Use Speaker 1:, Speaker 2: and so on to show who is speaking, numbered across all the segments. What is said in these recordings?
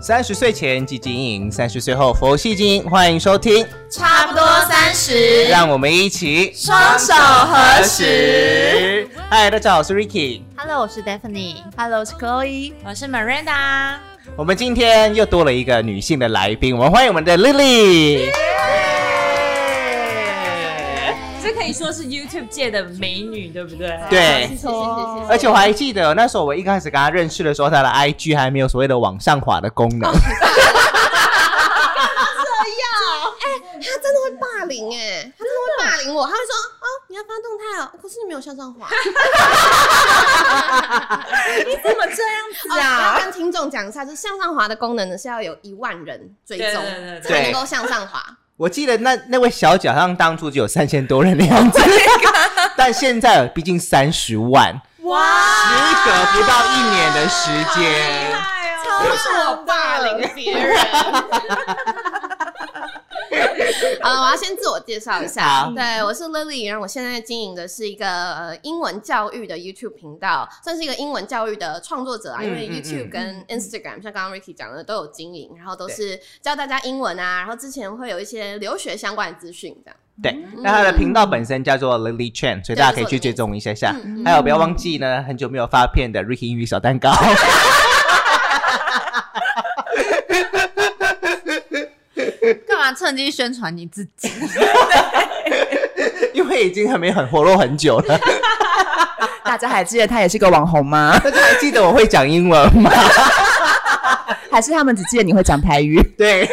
Speaker 1: 三十岁前积极经营，三十岁后佛系经营。欢迎收听，
Speaker 2: 差不多三十，
Speaker 1: 让我们一起
Speaker 2: 双手合十。。
Speaker 1: 嗨，大家好，我是 Ricky。
Speaker 2: Hello，我是 Daphne，
Speaker 3: Hello，我是 Chloe。
Speaker 2: 我是 Miranda。
Speaker 1: 我们今天又多了一个女性的来宾，我们欢迎我们的 Lily。
Speaker 2: 这可以说是 YouTube 界的美女，对不对？
Speaker 1: 对，
Speaker 3: 错
Speaker 1: 而且我还记得那时候我一开始跟她认识的时候，她的 IG 还没有所谓的往上滑的功能。
Speaker 4: 哎他真的会霸凌哎、他真的会霸凌我，他会说哦，你要发动态哦，可是你没有向上滑。
Speaker 2: 你怎么这样
Speaker 4: 哦我要？跟听众讲一下，就是向上滑的功能呢是要有一万人追踪
Speaker 2: 对对对对
Speaker 4: 才能够向上滑。
Speaker 1: 我记得那那位小姐好像当初只有三千多人的样子，
Speaker 2: Oh
Speaker 1: 但现在有逼近三十万，
Speaker 2: 哇，
Speaker 1: 时隔不到一年的时间。
Speaker 2: 哎呦
Speaker 4: 超我霸凌别人。 好了，我要先自我介绍一下
Speaker 1: 好。
Speaker 4: 对，我是 Lily，然后我现在经营的是一个呃英文教育的 YouTube 频道，算是一个英文教育的创作者啊。
Speaker 1: 嗯
Speaker 4: 因为
Speaker 1: 嗯嗯
Speaker 4: YouTube 跟 Instagram，像刚刚 Ricky 讲的，都有经营，然后都是教大家英文啊，然后之前会有一些留学相关的资讯这样。
Speaker 1: 对，那她的频道本身叫做 Lily Chen，所以大家可以去追踪一下下。
Speaker 4: 嗯
Speaker 1: 还有不要忘记呢，很久没有发片的 Ricky 英语小 蛋糕。
Speaker 3: 干嘛趁机宣传你自己？
Speaker 1: 因为已经很没很活络很久 了。
Speaker 5: 大家还记得他也是个网 红吗？
Speaker 1: 大家还记得我会讲英文吗？
Speaker 5: 还是他们只记得你会讲台语？
Speaker 1: 对，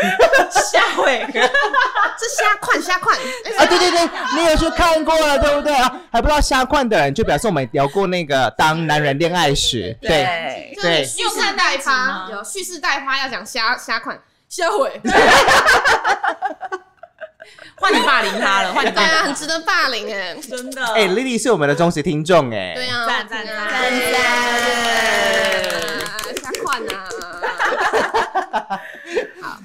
Speaker 2: 下回
Speaker 4: 这虾款虾款，
Speaker 1: 啊，对对对，你有去看过了，对不对？还不知道瞎惯的人，就表示我们聊过那个当男人恋爱时，对，
Speaker 5: 对，
Speaker 4: 就是
Speaker 1: 对
Speaker 4: 蓄势待
Speaker 2: 有看那集吗
Speaker 4: 发，有蓄势待发要讲虾虾款，虾 尾。
Speaker 2: 换你霸凌他了，换你
Speaker 4: 对
Speaker 2: 霸
Speaker 4: 啊，
Speaker 2: 凌
Speaker 4: 很值得霸凌哎、
Speaker 2: 他，真的。
Speaker 1: 哎，Lily 是我们的忠实听众，哎，
Speaker 4: 对啊，
Speaker 2: 赞赞
Speaker 4: 对啊
Speaker 2: 赞
Speaker 4: 对啊瞎换啊！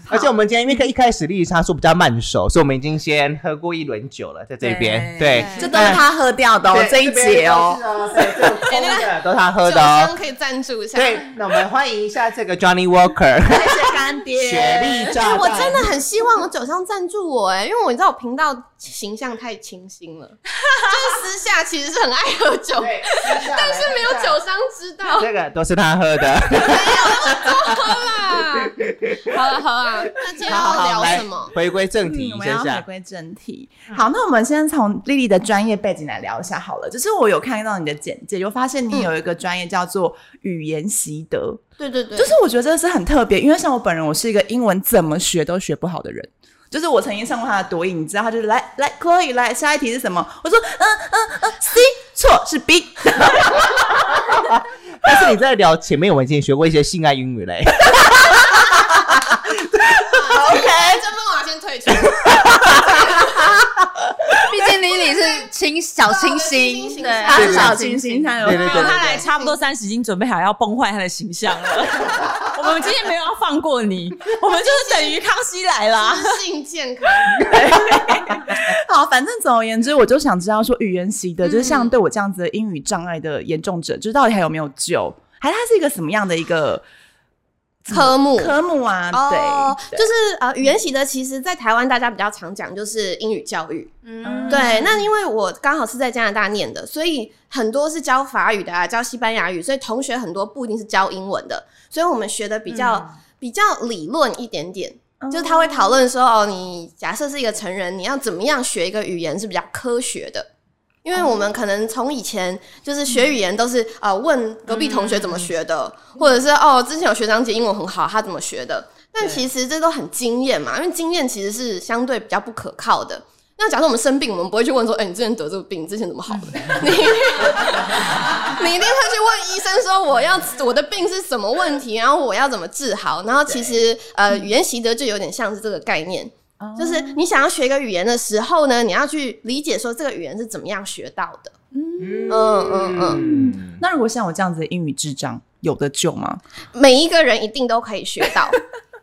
Speaker 1: 而且我们今天因为一开始 Lily 她说比较慢熟，所以我们已经先喝过一轮酒了，在这边，对
Speaker 5: 对，这都是他喝掉的哦
Speaker 1: 对，
Speaker 5: 这一节哦。
Speaker 1: 边都是哦，对这个空的都是他喝
Speaker 4: 酒
Speaker 1: 的哦
Speaker 4: 商。可以赞助一下。
Speaker 1: 对，那我们欢迎一下这个 Johnny Walker
Speaker 5: 谢谢干爹
Speaker 1: 雪莉
Speaker 4: 哎、
Speaker 1: 炸
Speaker 4: 我真
Speaker 1: 弹。
Speaker 4: 的很希望我酒商赞助我哎、因为我你知道我频道形象太清新 了，就是私下其实是很爱喝酒，
Speaker 1: 对但
Speaker 4: 但是没有酒商知道。
Speaker 1: 这个都是他喝的。
Speaker 4: 啦。好
Speaker 2: 啊
Speaker 4: 了好了，啊那今天
Speaker 1: 好好
Speaker 4: 要
Speaker 1: 好，
Speaker 4: 聊
Speaker 1: 来
Speaker 4: 什么？
Speaker 1: 回归正题
Speaker 5: 嗯，我
Speaker 1: 一
Speaker 5: 们要
Speaker 1: 下
Speaker 5: 回
Speaker 1: 下。
Speaker 5: 归正题。
Speaker 1: 嗯
Speaker 5: 好，那我们先从丽丽的专业背景来聊一下好了。就是我有看到你的简介，就发
Speaker 1: 嗯
Speaker 5: 现你有一个专业叫做语言习得，
Speaker 4: 对 对对，
Speaker 5: 就是我觉得这是很特别，因为像我本人，我是一个英文怎么学都学不好的人。就是我曾经上过他的多音，你知道，他就是来来 Chloe 来，下一题是什么？我说嗯嗯嗯，C 错是 B，
Speaker 1: 但是你在聊前面，我们已经学过一些性爱英语嘞。
Speaker 4: 哎，这份我要先退 出。
Speaker 3: 毕竟 Lily 是清小清
Speaker 4: 清
Speaker 3: 新，
Speaker 4: 新
Speaker 3: 对，
Speaker 4: 她
Speaker 5: 他
Speaker 1: 是
Speaker 5: 是
Speaker 1: 小
Speaker 5: 小清新，他有
Speaker 1: 对对
Speaker 2: 没有，他来差不多三十，已经准备好要崩坏他的形象了。 我们今天没有要放过你，我们就是等于康熙来啦。
Speaker 4: 性健康，
Speaker 5: 好，反正总而言之，我就想知道说，语言习
Speaker 4: 嗯
Speaker 5: 得、就是像对我这样子的英语障碍的严重者，就是到底还有没有救？还是它是一个什么样的一个
Speaker 4: 科目
Speaker 5: 科目啊？
Speaker 4: 哦，
Speaker 5: 对，
Speaker 4: 就是呃，语言习得其实，在台湾大家比较常讲就是英语教育。
Speaker 3: 嗯，
Speaker 4: 对，那因为我刚好是在加拿大念的，所以很多是教法语的啊，教西班牙语，所以同学很多不一定是教英文的，所以我们学的比较、比较理论一点点。
Speaker 5: 对
Speaker 4: 就是他会讨论说，哦，你假设是一个成人，你要怎么样学一个语言是比较科学的？因为我们可能从以前就是学语言都是呃问隔壁同学怎么学的，或者是哦之前有学长姐英文很好，他怎么学的？但其实这都很经验嘛，因为经验其实是相对比较不可靠的。那假设我们生病，我们不会去问说，哎、你之前得这个病，你之前怎么好的？你你一定会去问医生说，我要我的病是什么问题，然后我要怎么治好？然后其实呃，语言习得就有点像是这个概念，
Speaker 5: 嗯
Speaker 4: 就是
Speaker 5: 哦
Speaker 4: 你想要学一个语言的时候呢，你要去理解说这个语言是怎么样学到的。嗯嗯嗯，
Speaker 1: 嗯，
Speaker 5: 那如果像我这样子的英语智障，有的救吗？
Speaker 4: 每一个人一定都可以学 到。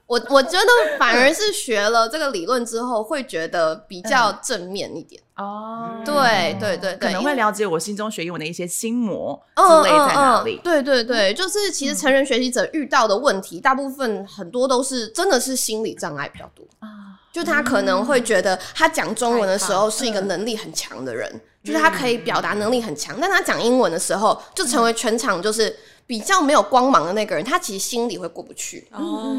Speaker 4: 我我觉得反而是学了这个理论之后，会觉得比较正面一点。
Speaker 5: 哦，
Speaker 4: 对对对对，
Speaker 5: 可能
Speaker 4: 因为
Speaker 5: 会了解我心中学英文的一些心魔
Speaker 4: 嗯
Speaker 5: 之类在哪里
Speaker 4: 嗯嗯。对对对，就是其实成人学习者遇到的问题，大部分很多都是真的是心理障碍比较多
Speaker 5: 啊
Speaker 4: 就他可能会觉得他讲中文的时候是一个能力很强的
Speaker 5: 嗯
Speaker 4: 人，就是他可以表达能力很强，但他讲英文的时候就成
Speaker 5: 嗯
Speaker 4: 为全场就是比较没有光芒的那个人，他其实心里会过不去。
Speaker 2: 哦，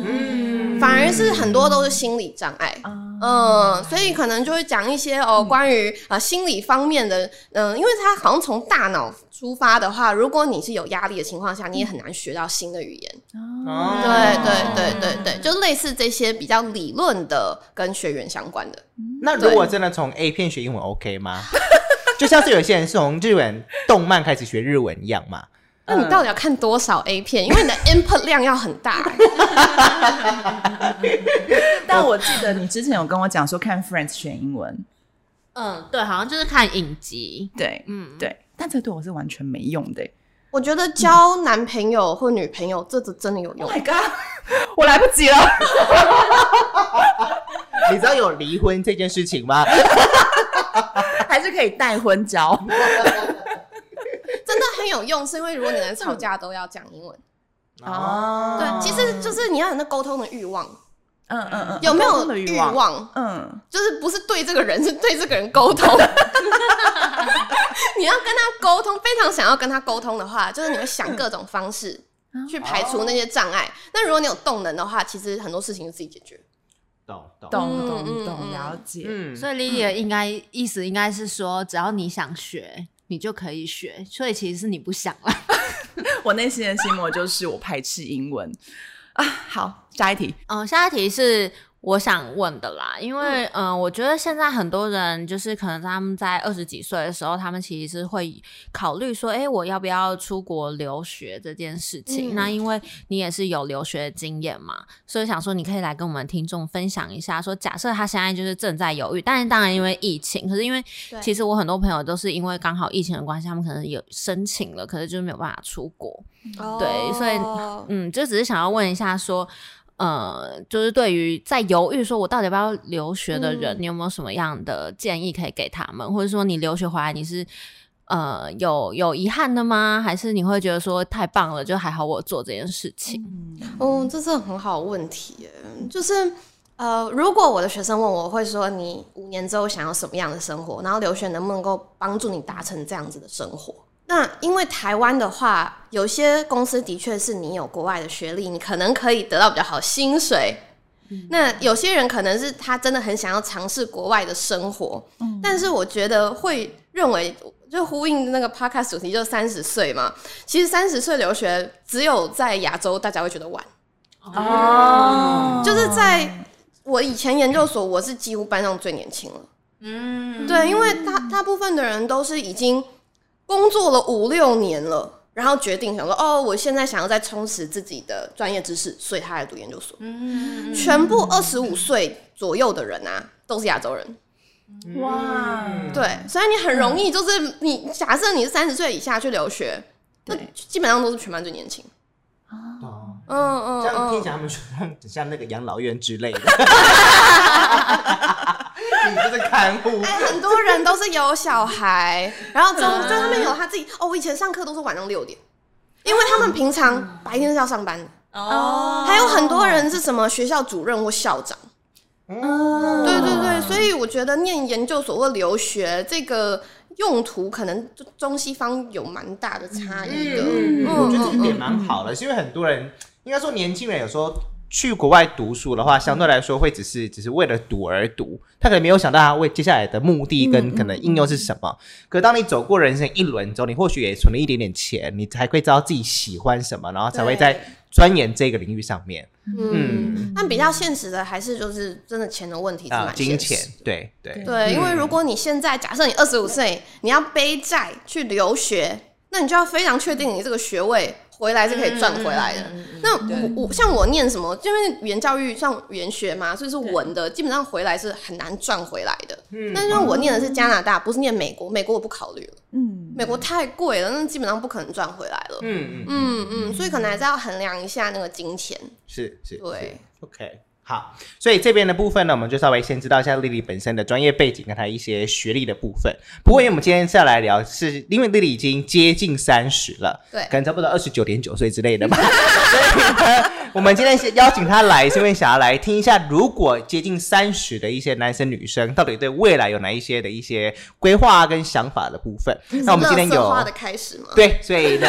Speaker 4: 反而是很多都是心理障碍，嗯、所以可能就会讲一些哦，关于呃心理方面的，嗯、因为它好像从大脑出发的话，如果你是有压力的情况下，你也很难学到新的语言。
Speaker 1: 哦
Speaker 4: 对对对对对，就类似这些比较理论的跟学员相关的，
Speaker 1: 那如果真的从 A 片学英文 OK 吗？ 就像是有些人是从日本动漫开始学日文一样嘛。
Speaker 4: 那你到底要看多少 A 片？因为你的 input 量要很大、欸
Speaker 5: 嗯但我记得你之前有跟我讲说看 Friends 学英文，
Speaker 3: 嗯，对，好像就是看影集，
Speaker 5: 对
Speaker 3: 嗯，
Speaker 5: 对，但这对我是完全没用的。
Speaker 4: 我觉得交男朋友或女朋友，这这真的有用
Speaker 5: Oh。my god，我来不及了。
Speaker 1: 你知道有离婚这件事情吗？
Speaker 5: 还是可以带婚交。
Speaker 4: 真的很有用，是因为如果你连吵架都要讲英文，
Speaker 5: 哦
Speaker 4: 对，其实就是你要有那沟通的欲望，
Speaker 5: 嗯嗯嗯，
Speaker 4: 有没
Speaker 5: 沟通
Speaker 4: 有
Speaker 5: 的
Speaker 4: 欲
Speaker 5: 欲？
Speaker 4: 望？
Speaker 5: 嗯，
Speaker 4: 就是不是对这个人，是对这个人沟通。 你要跟他沟通，非常想要跟他沟通的话，就是你会想各种方式去排除那些障碍。那如果你有动能的话，其实很多事情就自己解决。
Speaker 1: 懂懂
Speaker 5: 懂
Speaker 4: 嗯
Speaker 5: 懂
Speaker 4: 嗯
Speaker 5: 懂，
Speaker 4: 嗯
Speaker 5: 了解。
Speaker 1: 嗯，
Speaker 3: 所以 Lilia 应该意思应该是说，只要你想学，你就可以学，所以其实是你不想了。
Speaker 5: 我内心的心魔就是我排斥英文啊。好，下一题。
Speaker 4: 哦
Speaker 6: 嗯，下一题是我想问的啦，因为嗯、呃我觉得现在很多人就是可能他们在二十几岁的时候，他们其实是会考虑说，哎、我要不要出国留学这件事情？
Speaker 4: 嗯
Speaker 6: 那因为你也是有留学的经验嘛，所以想说你可以来跟我们听众分享一下，说假设他现在就是正在犹豫，但是当然因为疫情，可是因为
Speaker 4: 对
Speaker 6: 其实我很多朋友都是因为刚好疫情的关系，他们可能有申请了，可是就是没有办法出国。对所以嗯，就只是想要问一下说。呃，就是对于在犹豫说我到底要不要留学的人，
Speaker 4: 嗯
Speaker 6: 你有没有什么样的建议可以给他们？或者说你留学回来你是呃有有遗憾的吗？还是你会觉得说太棒了，就还好我做这件事情？
Speaker 4: 哦，这是很好的问题耶，就是呃，如果我的学生问我，我会说你五年之后想要什么样的生活，然后留学能不能够帮助你达成这样子的生活？那因为台湾的话，有些公司的确是你有国外的学历，你可能可以得到比较好的薪水。那有些人可能是他真的很想要尝试国外的生活，但是我觉得会认为，就呼应那个 podcast 主题，就三十岁嘛。其实三十岁留学，只有在亚洲大家会觉得晚。
Speaker 6: 嗯
Speaker 5: 哦
Speaker 4: 就是在我以前研究所，我是几乎班上最年轻了。嗯，对，因为大大部分的人都是已经工作了五六年了，然后决定想说，哦，我现在想要再充实自己的专业知识，所以他来读研究所。嗯，全部二十五岁左右的人啊，都是亚洲人。嗯
Speaker 5: 哇，
Speaker 4: 对，所以你很容易就是你假设你是三十岁以下去留学，那基本上都是全班最年轻。
Speaker 1: 懂。
Speaker 4: 嗯嗯
Speaker 1: 这样听
Speaker 4: 嗯
Speaker 1: 起，来他们说像像那个养老院之类的，你就是看护。
Speaker 4: 哎，很多人都是有小孩，然后中就他们有他自己哦。我以前上课都是晚上六点，因为他们平常白天是要上班的。
Speaker 2: 哦，
Speaker 4: 还有很多人是什么学校主任或校长。
Speaker 1: 嗯，
Speaker 4: 对对对，所以我觉得念研究所或留学这个用途，可能就中西方有蛮大的差异的。
Speaker 1: 嗯，我觉得这
Speaker 4: 嗯
Speaker 1: 一点蛮好的，是因为很多人应该说年轻人有时候去国外读书的话，相对来说会只是只是为了读而读，他可能没有想到他为接下来的目的
Speaker 4: 嗯
Speaker 1: 跟可能应用是什么。可当你走过人生一轮之后，你或许也存了一点点钱，你才会知道自己喜欢什么，然后才会
Speaker 4: 对
Speaker 1: 在钻研这个领域上面
Speaker 4: 嗯，但比较现实的还是就是真的钱的问题是
Speaker 1: 啊，
Speaker 4: 蛮
Speaker 1: 金
Speaker 4: 现实
Speaker 1: 钱
Speaker 4: 的。，
Speaker 1: 对哎对
Speaker 4: 对，因为如果你现在假设你二十五岁，你要背债去留学，那你就要非常确定你这个学位回来是可以赚回来的。
Speaker 1: 嗯
Speaker 4: 那我我像我念什么，因为语言教育像语言学嘛，所以是文的，基本上回来是很难赚回来的。
Speaker 1: 嗯
Speaker 4: 但是因为我念的是加拿大，不是念美国，美国我不考虑了，
Speaker 5: 嗯，
Speaker 4: 美国太贵了，那基本上不可能赚回来了。
Speaker 1: 嗯嗯，
Speaker 4: 嗯嗯，所以可能还是要衡量一下那个金钱。
Speaker 1: 是是，
Speaker 4: 对
Speaker 1: 是，OK。好，所以这边的部分呢，我们就稍微先知道一下丽丽本身的专业背景跟她一些学历的部分。不过，因为我们今天是要来聊，是因为丽丽已经接近三十了，
Speaker 4: 对
Speaker 1: 可能差不多二十九点九岁之类的吧。 所以呢，我们今天先邀请她来，是因为想要来听一下，如果接近三十的一些男生女生，到底对未来有哪一些的一些规划啊跟想法的部分。那我们今天
Speaker 4: 嗯垃圾
Speaker 1: 有
Speaker 4: 化的开始 吗？
Speaker 1: 对，所以 呢，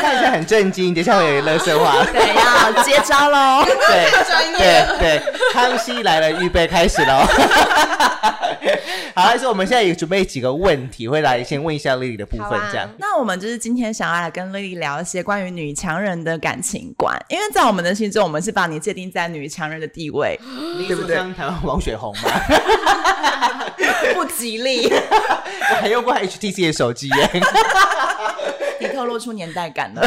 Speaker 1: 看起来很震惊，等一下会有乐色话。
Speaker 5: 对，要接招 喽！
Speaker 1: 对
Speaker 4: 专业
Speaker 1: 对对，康熙来了，预备开始喽。 好，但是我们现在也准备几个问题，会来先问一下丽丽的部分
Speaker 4: 好，啊
Speaker 1: 这样。
Speaker 5: 那我们就是今天想要来跟丽丽聊一些关于女强人的感情观，因为在我们的心中，我们是把你界定在女强人的地位，
Speaker 1: 对不对？台湾王雪红嘛，
Speaker 5: 不吉利，
Speaker 1: 我 还用过 HTC 的手机耶。
Speaker 5: 你透露出年代感了。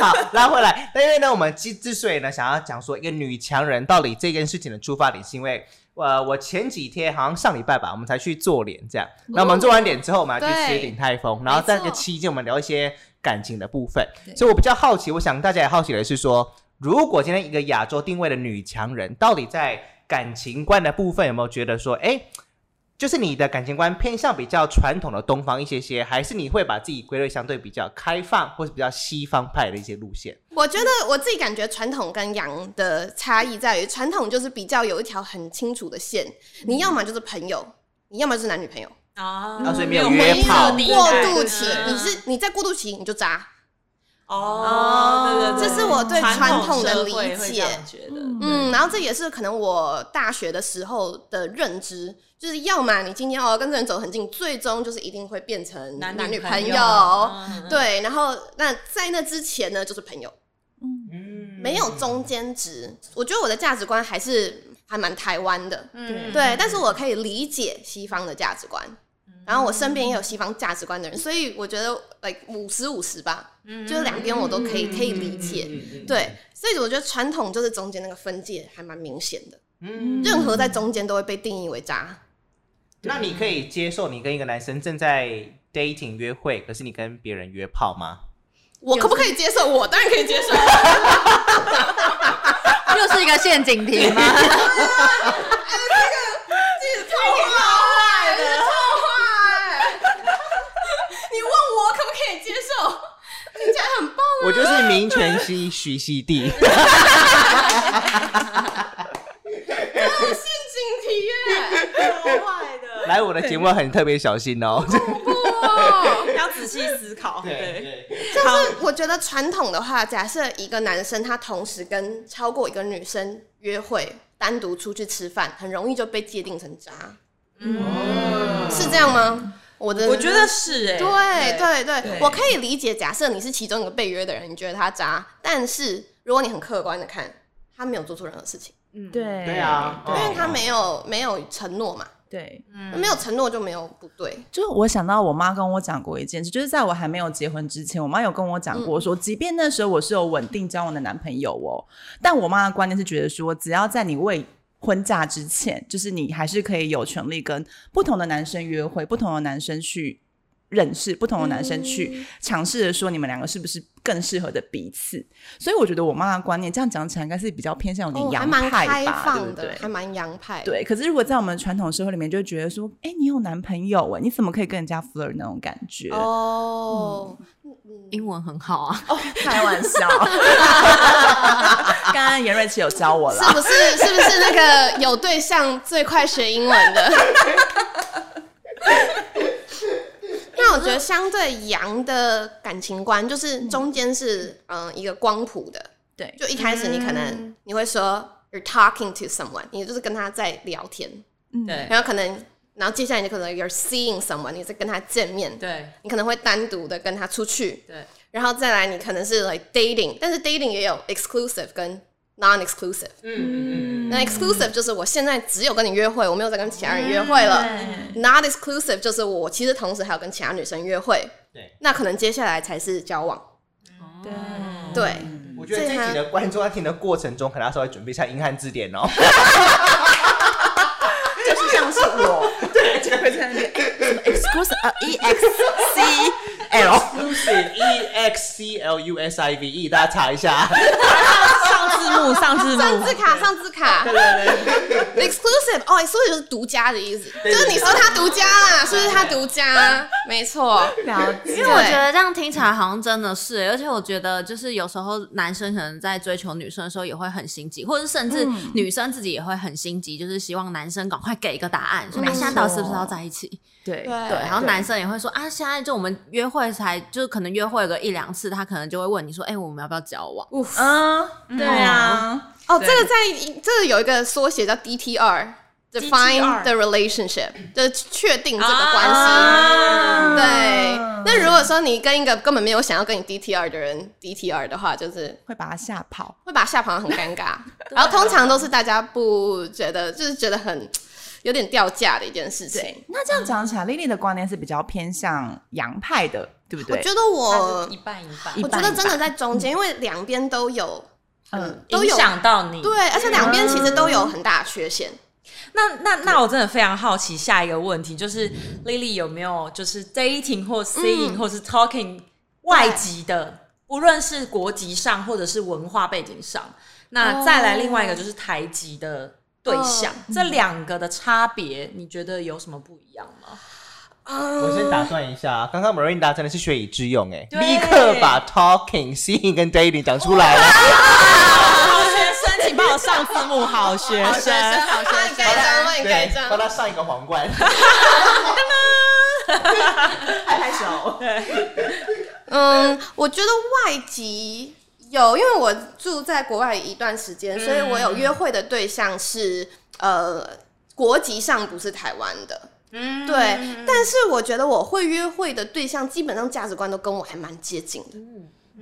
Speaker 1: 好，拉回来。那因为呢，我们之之所以呢想要讲说一个女强人到底这件事情的出发点，是因为呃，我前几天好像上礼拜吧，我们才去做脸这样。那我们做完脸之后，我们还去吃
Speaker 4: 对
Speaker 1: 鼎泰丰，然后
Speaker 4: 没
Speaker 1: 在这个
Speaker 4: 错
Speaker 1: 期间我们聊一些感情的部分。
Speaker 3: 对
Speaker 1: 所以我比较好奇，我想大家也好奇的是说，如果今天一个亚洲定位的女强人，到底在感情观的部分有没有觉得说，哎？就是你的感情观偏向比较传统的东方一些些，还是你会把自己归类相对比较开放或是比较西方派的一些路线？
Speaker 4: 我觉得我自己感觉传统跟洋的差异在于，传统就是比较有一条很清楚的线，你要么就是朋友，你要么就是男女朋友。
Speaker 2: 啊
Speaker 1: 啊所以没有约
Speaker 2: 婚姻
Speaker 1: 炮
Speaker 2: 的地
Speaker 4: 过
Speaker 2: 带
Speaker 4: 渡期，
Speaker 2: 嗯
Speaker 4: 你是你在过渡期你就渣。
Speaker 2: 哦，对对对，
Speaker 4: 这是我对传统的
Speaker 2: 社
Speaker 4: 理
Speaker 2: 会会这
Speaker 4: 解
Speaker 2: 样觉得，
Speaker 4: 嗯，然后这也是可能我大学的时候的认知，就是要么你今天哦跟这人走很近，最终就是一定会变成
Speaker 2: 男
Speaker 4: 男女
Speaker 2: 女
Speaker 4: 朋
Speaker 2: 朋友，
Speaker 4: 友。
Speaker 2: 嗯
Speaker 4: 对，然后那在那之前呢，就是朋友，
Speaker 1: 嗯，
Speaker 4: 没有中间值。我觉得我的价值观还是还蛮台湾的，
Speaker 3: 嗯，
Speaker 4: 对，但是我可以理解西方的价值观，
Speaker 2: 嗯
Speaker 4: 然后我身边也有西方价值观的人，所以我觉得 like 五十五十吧，
Speaker 2: 嗯
Speaker 4: 就是两边我都可以可以理解。
Speaker 1: 嗯，
Speaker 4: 对，所以我觉得传统就是中间那个分界还蛮明显的，
Speaker 1: 嗯，
Speaker 4: 任何在中间都会被定义为渣。
Speaker 1: 那你可以接受你跟一个男生正在 dating 约会，可是你跟别人约炮吗？
Speaker 4: 我可不可以接受？我当然可以 接受。
Speaker 6: 又是一个陷阱题吗？
Speaker 4: 你问我可不可以接受？听起来很棒。
Speaker 1: 我就是民权西徐熙娣，
Speaker 4: 陷阱题耶！
Speaker 2: 超坏的，
Speaker 1: 来我的节目很特别小心哦。
Speaker 2: 要仔细思考，对，
Speaker 1: 对，
Speaker 2: 好，
Speaker 4: 我觉得传统的话，假设一个男生他同时跟超过一个女生约会，单独出去吃饭，很容易就被界定成渣。嗯，是这样吗？我的
Speaker 2: 我觉得是哎，
Speaker 4: 对对对，
Speaker 5: 对
Speaker 4: 我可以理解。假设你是其中一个被约的人，你觉得他渣，但是如果你很客观的看，他没有做错任何事情，
Speaker 2: 嗯
Speaker 5: 对，
Speaker 1: 对啊
Speaker 5: 对
Speaker 4: 因为他没有没有承诺嘛，
Speaker 5: 对，
Speaker 4: 没有承诺就没有不对。
Speaker 5: 就是我想到我妈跟我讲过一件事，就是在我还没有结婚之前，我妈有跟我讲
Speaker 4: 嗯
Speaker 5: 过说，即便那时候我是有稳定交往的男朋友哦，但我妈的观念是觉得说，只要在你未婚嫁之前，就是你还是可以有权利跟不同的男生约会，不同的男生去认识，不同的男生
Speaker 4: 嗯
Speaker 5: 去尝试着说你们两个是不是更适合的彼此。所以我觉得我妈的观念这样讲起来，应该是比较偏向有
Speaker 4: 哦
Speaker 5: 点，
Speaker 4: 还
Speaker 5: 洋
Speaker 4: 蛮
Speaker 5: 派
Speaker 4: 开
Speaker 5: 吧，对
Speaker 4: 放
Speaker 5: 不对
Speaker 4: 的，？还蛮洋派的。
Speaker 5: 对，可是如果在我们传统社会里面，就会觉得说，哎、你有男朋友哎、你怎么可以跟人家 flirt 那种感觉？
Speaker 4: 哦，
Speaker 6: 英文很好啊，
Speaker 4: 嗯
Speaker 5: 开玩笑，刚刚严瑞琪有教我
Speaker 4: 是
Speaker 5: 啦。
Speaker 4: 不是是不是那个有对象最快学英文的？那我觉得相对阳的感情观，就是中间是嗯、呃一个光谱的，
Speaker 5: 对
Speaker 4: 就一开始你可能你会说 you're talking to someone，你就是跟他在聊天，
Speaker 2: 对
Speaker 4: 然后可能然后接下来你可能 you're seeing someone，你是跟他见面，
Speaker 2: 对
Speaker 4: 你可能会单独的跟他出去，
Speaker 2: 对，
Speaker 4: 然后再来你可能是 like dating，但是 dating 也有 exclusive 跟 non exclusive。
Speaker 1: 嗯嗯嗯，
Speaker 4: 那 exclusive 就是我现在只有跟你约会，我没有再跟其他人约会了。Not
Speaker 6: 嗯
Speaker 4: exclusive 就是我其实同时还有跟其他女生约会。
Speaker 1: 对，
Speaker 4: 那可能接下来才是交往。
Speaker 5: 对
Speaker 4: 对，
Speaker 6: 嗯
Speaker 1: 我觉得这一集的观众在听的过程中，可能要稍微准备一下英汉字典哦。
Speaker 5: 就是像是我，
Speaker 1: 对，
Speaker 5: 现在会在那边哎什么 exclusive 啊 e x c l，
Speaker 1: Exclusive E X C L U S I V E，大家查一下。
Speaker 2: 上字幕，上字
Speaker 4: 上
Speaker 2: 幕
Speaker 4: 字。卡，上字卡
Speaker 1: 对对对，
Speaker 4: ，exclusive 哦，exclusive 就是独家的意思，
Speaker 1: 对
Speaker 4: 就是你是他独家啦，是不是他独家？没错，
Speaker 5: 了解。
Speaker 6: 因为我觉得这样听起来好像真的是，欸而且我觉得就是有时候男生可能在追求女生的时候也会很心急，或者是甚至女生自己也会很心急，就是希望男生赶快给一个答案，说
Speaker 4: 嗯
Speaker 6: 啊现在到底是不是要在一起？
Speaker 5: 对
Speaker 6: 对，然后
Speaker 4: 对啊
Speaker 6: 男生也会说啊，现在就我们约会才就是可能约会个一两次，他可能就会问你说，哎，我们要不要交往？
Speaker 5: 嗯，对啊，
Speaker 4: 哦，这
Speaker 5: 对
Speaker 4: 个在这个有一个缩写叫 DTR，Define the Relationship，就是确定这个关系。
Speaker 5: 啊
Speaker 4: 对，那如果说你跟一个根本没有想要跟你 DTR 的人 DTR 的话，就是
Speaker 5: 会把他吓跑。
Speaker 4: 会把下盘很 尴尬。
Speaker 5: 啊
Speaker 4: 然后通常都是大家不觉得，就是觉得很有点掉价的一件事情。
Speaker 5: 那这样讲起来，莉莉的观念是比较偏向洋派的，对不
Speaker 4: 我
Speaker 5: 对？
Speaker 4: 觉得我
Speaker 2: 一，半一半
Speaker 5: 一
Speaker 4: 我
Speaker 5: 半
Speaker 4: 觉得真的在中间，因为两边都有，
Speaker 5: 嗯，
Speaker 4: 都
Speaker 2: 影
Speaker 4: 有
Speaker 2: 响到你。，
Speaker 4: 对，而且两边其实都有很大的缺陷。
Speaker 2: 那那那我真的非常好奇下一个问题，就是 Lily 有没有就是 dating 或 seeing、或是 talking 外籍的，无论是国籍上或者是文化背景上，那再来另外一个就是台籍的。对象、这两个的差别，你觉得有什么不一样吗？
Speaker 1: 我先打断一下，刚刚 Marinda 真的是学以致用哎，
Speaker 2: 对
Speaker 1: 立刻把 talking、seeing 跟 dating 讲出来了。
Speaker 2: 好学生，请帮我上字幕。好学生，
Speaker 4: 好像你盖章，帮你盖
Speaker 1: 对，帮
Speaker 4: 章。
Speaker 1: 他上一个皇冠。
Speaker 4: 嗯，我觉得外籍有，因为我住在国外一段时间，所以我有约会的对象是呃国籍上不是台湾的。
Speaker 2: 嗯
Speaker 4: 对，但是我觉得我会约会的对象，基本上价值观都跟我还蛮接近的。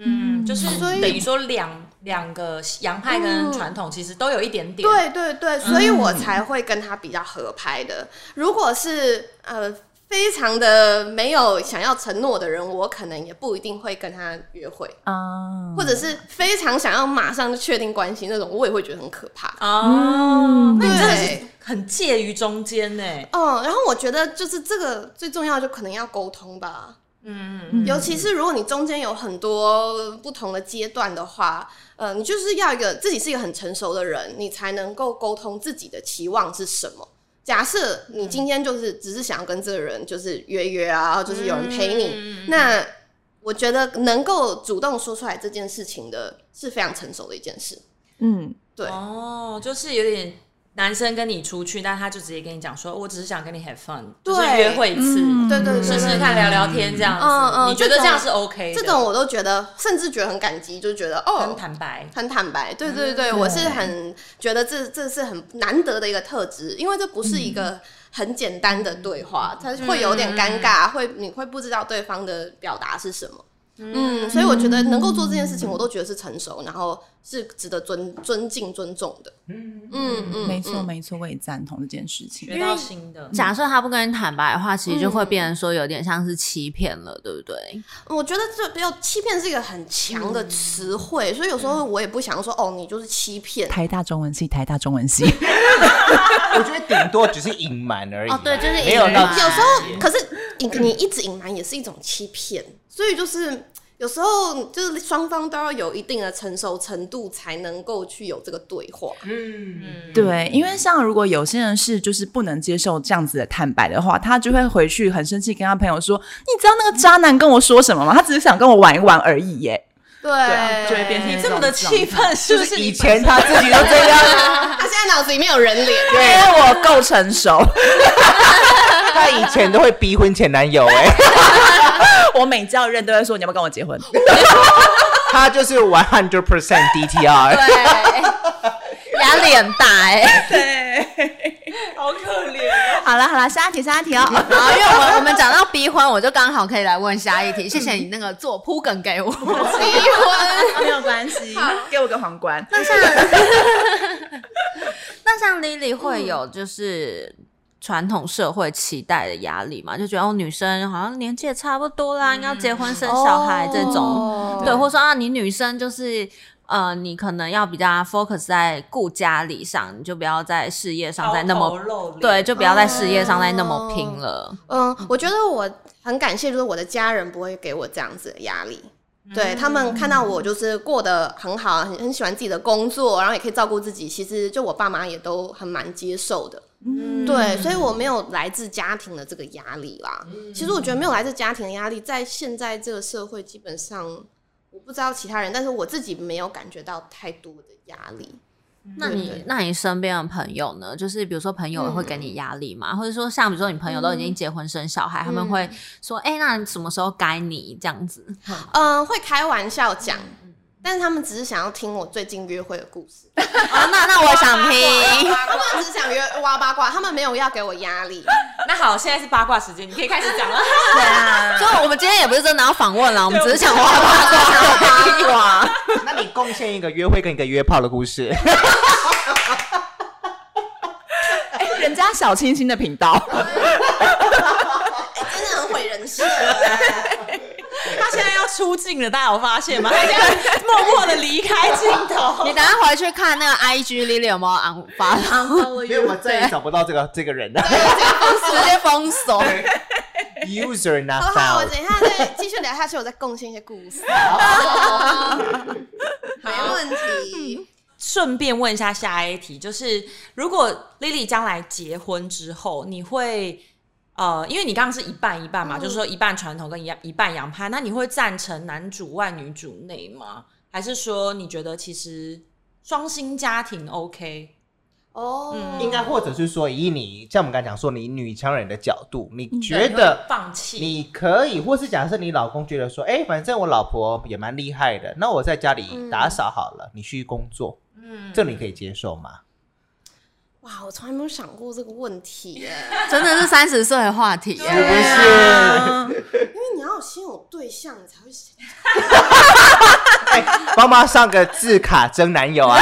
Speaker 2: 嗯，就是
Speaker 4: 所以嗯
Speaker 2: 等于说两两个洋派跟传统其实都有一点点。
Speaker 4: 对对对，所以我才会跟他比较合拍的。如果是呃非常的没有想要承诺的人，我可能也不一定会跟他约会，
Speaker 5: 啊，
Speaker 4: 或者是非常想要马上就确定关系那种，我也会觉得很可怕。
Speaker 2: 哦，
Speaker 4: 嗯
Speaker 5: 嗯
Speaker 2: 那你真的是
Speaker 4: 对
Speaker 2: 很介于中间呢。
Speaker 4: 嗯，然后我觉得就是这个最重要，就可能要沟通吧。
Speaker 2: 嗯，
Speaker 4: 尤其是如果你中间有很多不同的阶段的话，呃，你就是要一个自己是一个很成熟的人，你才能够沟通自己的期望是什么。假设你今天就是只是想要跟这个人就是约约啊，就是有人陪
Speaker 2: 嗯
Speaker 4: 你，那我觉得能够主动说出来这件事情的是非常成熟的一件事。
Speaker 5: 嗯，
Speaker 4: 对，
Speaker 2: 哦，就是有点男生跟你出去，但他就直接跟你讲说，我只是想跟你 have fun，
Speaker 4: 对
Speaker 2: 就是约会一次，
Speaker 5: 嗯
Speaker 4: 对对对
Speaker 2: 试试看聊聊天这样
Speaker 4: 嗯
Speaker 2: 子。
Speaker 4: 嗯
Speaker 2: 你觉得这
Speaker 4: 这种
Speaker 2: 样是 OK 的？
Speaker 4: 这种我都觉得，甚至觉得很感激，就觉得哦
Speaker 2: 很，坦白。
Speaker 4: 很坦白，对对嗯对，我是很觉得这这是很难得的一个特质，因为这不是一个很简单的对话，它会有点尴尬，会你会不知道对方的表达是什么。嗯，所以我觉得能够做这件事情，我都觉得是成熟，然后是值得尊尊敬、尊重的。嗯嗯嗯，
Speaker 5: 没错
Speaker 4: 嗯
Speaker 5: 没错，我也赞同这件事情。
Speaker 2: 学到新的，
Speaker 6: 假设他不跟你坦白的话，其实就会变成说有点像是欺骗了，对不对？
Speaker 4: 我觉得这比较欺骗是一个很强的词汇，所以有时候我也不想说哦，你就是欺骗。
Speaker 5: 台大中文系，台大中文系，
Speaker 1: 我觉得顶多只是隐瞒而已。
Speaker 6: 哦对就是隐瞒
Speaker 1: 没有到
Speaker 4: 有时候，可是隐你一直隐瞒也是一种欺骗，所以就是有时候就是双方都要有一定的成熟程度，才能够去有这个对话。
Speaker 5: 对，因为像如果有些人是就是不能接受这样子的坦白的话，他就会回去很生气，跟他朋友说：“你知道那个渣男跟我说什么吗？他只是想跟我玩一玩而已。”耶，
Speaker 4: 对，啊
Speaker 5: 就会变成
Speaker 2: 这么的气愤，是不是你
Speaker 1: 以前他自己都这样，
Speaker 4: 他啊现在脑子里面有人脸，
Speaker 5: 因为我够成熟，
Speaker 1: 他以前都会逼婚前男友哎、
Speaker 5: 我每叫人都会说：“你要不要跟我结 婚
Speaker 1: 他就是 one hundred percent DTR。
Speaker 6: 对， 压力很大哎、
Speaker 2: 好可怜？”啊
Speaker 5: 好啦好啦，下一题下一题哦。
Speaker 6: 好，因为我们我们讲到逼婚，我就刚好可以来问下一题。谢谢你那个做铺梗给我。
Speaker 5: 没有关系，给我个皇冠。
Speaker 6: 那像 Lily 会有就是传统社会期待的压力嘛？就觉得哦，女生好像年纪也
Speaker 2: 嗯
Speaker 6: 哦差不多啦，应该要结婚生小孩这种，对，或说啊，你女生就是。呃，你可能要比较 focus 在顾家里上，你就不要在事业上再那
Speaker 2: 抛头
Speaker 6: 么
Speaker 2: 露脸
Speaker 6: 对，就不要在事业上再那
Speaker 4: 哦
Speaker 6: 么拼了。
Speaker 4: 嗯，我觉得我很感谢，就是我的家人不会给我这样子的压力。对他们看到我就是过得很好，很很喜欢自己的工作，然后也可以照顾自己。其实就我爸妈也都很蛮接受的，
Speaker 5: 嗯
Speaker 4: 对，所以我没有来自家庭的这个压力啦。其实我觉得没有来自家庭的压力，在现在这个社会，基本上我不知道其他人，但是我自己没有感觉到太多的压力。
Speaker 6: 那
Speaker 4: 对对
Speaker 6: 你那你身边的朋友呢？就是比如说朋友也会给你压力嘛，或者说像比如说你朋友都已经结婚生小孩，他们会说：“哎、那你什么时候该你这样子
Speaker 4: 嗯，会开玩笑讲，但是他们只是想要听我最近约会的故事。？”
Speaker 6: 啊，那那我想 听。
Speaker 4: 他们只想约挖八卦，他们没有要给我压力。
Speaker 2: 那好，现在是八卦时间，你可以开始讲了。
Speaker 5: 对啊，
Speaker 6: 所以，我们今天也不是真的要访问啦，我们
Speaker 2: 对
Speaker 6: 只是想挖八卦。哇，
Speaker 1: 那你贡献一个约会跟一个约炮的故事，
Speaker 5: 哎，人家小清新的频道，
Speaker 4: 真的很毁人设。
Speaker 2: 他现在要出镜了，大家有发现 吗？他现在默默的离开镜头。
Speaker 6: 你等一下回去看那个 IG 里有没有安发，
Speaker 1: 因为我再也找不到这个这个人了
Speaker 6: 直接封锁。
Speaker 1: ，user
Speaker 4: 好
Speaker 1: not
Speaker 4: 不好？我
Speaker 1: found
Speaker 4: 等。一下再继续聊下去，我再贡献一些故事。
Speaker 6: 啊
Speaker 4: 没问题。
Speaker 2: 顺便问一下下一题，就是如果 Lily 将来结婚之后，你会呃，因为你刚刚是一半一半
Speaker 4: 嗯
Speaker 2: 嘛，就是说一半传统跟一一半洋派，那你会赞成男主外女主内吗？还是说你觉得其实双薪家庭 OK？
Speaker 4: 哦
Speaker 2: 嗯
Speaker 1: 应该或者是说，以你像我们刚才讲说，你女强人的角度，你觉
Speaker 2: 你
Speaker 1: 得
Speaker 2: 会放弃？
Speaker 1: 你可以，或是假设你老公觉得说，哎、反正我老婆也蛮厉害的，那我在家
Speaker 5: 嗯
Speaker 1: 里打扫好了，你去工作，
Speaker 2: 嗯，
Speaker 1: 这你可以接受吗？
Speaker 4: 哇，我从来没有想过这个问题耶，
Speaker 6: 真的是三十岁的话题耶、
Speaker 1: 是不
Speaker 5: 啊
Speaker 1: 是？
Speaker 4: 因为你要有先有对象，你才会 想。
Speaker 1: 哎帮忙上个字卡征男友 啊！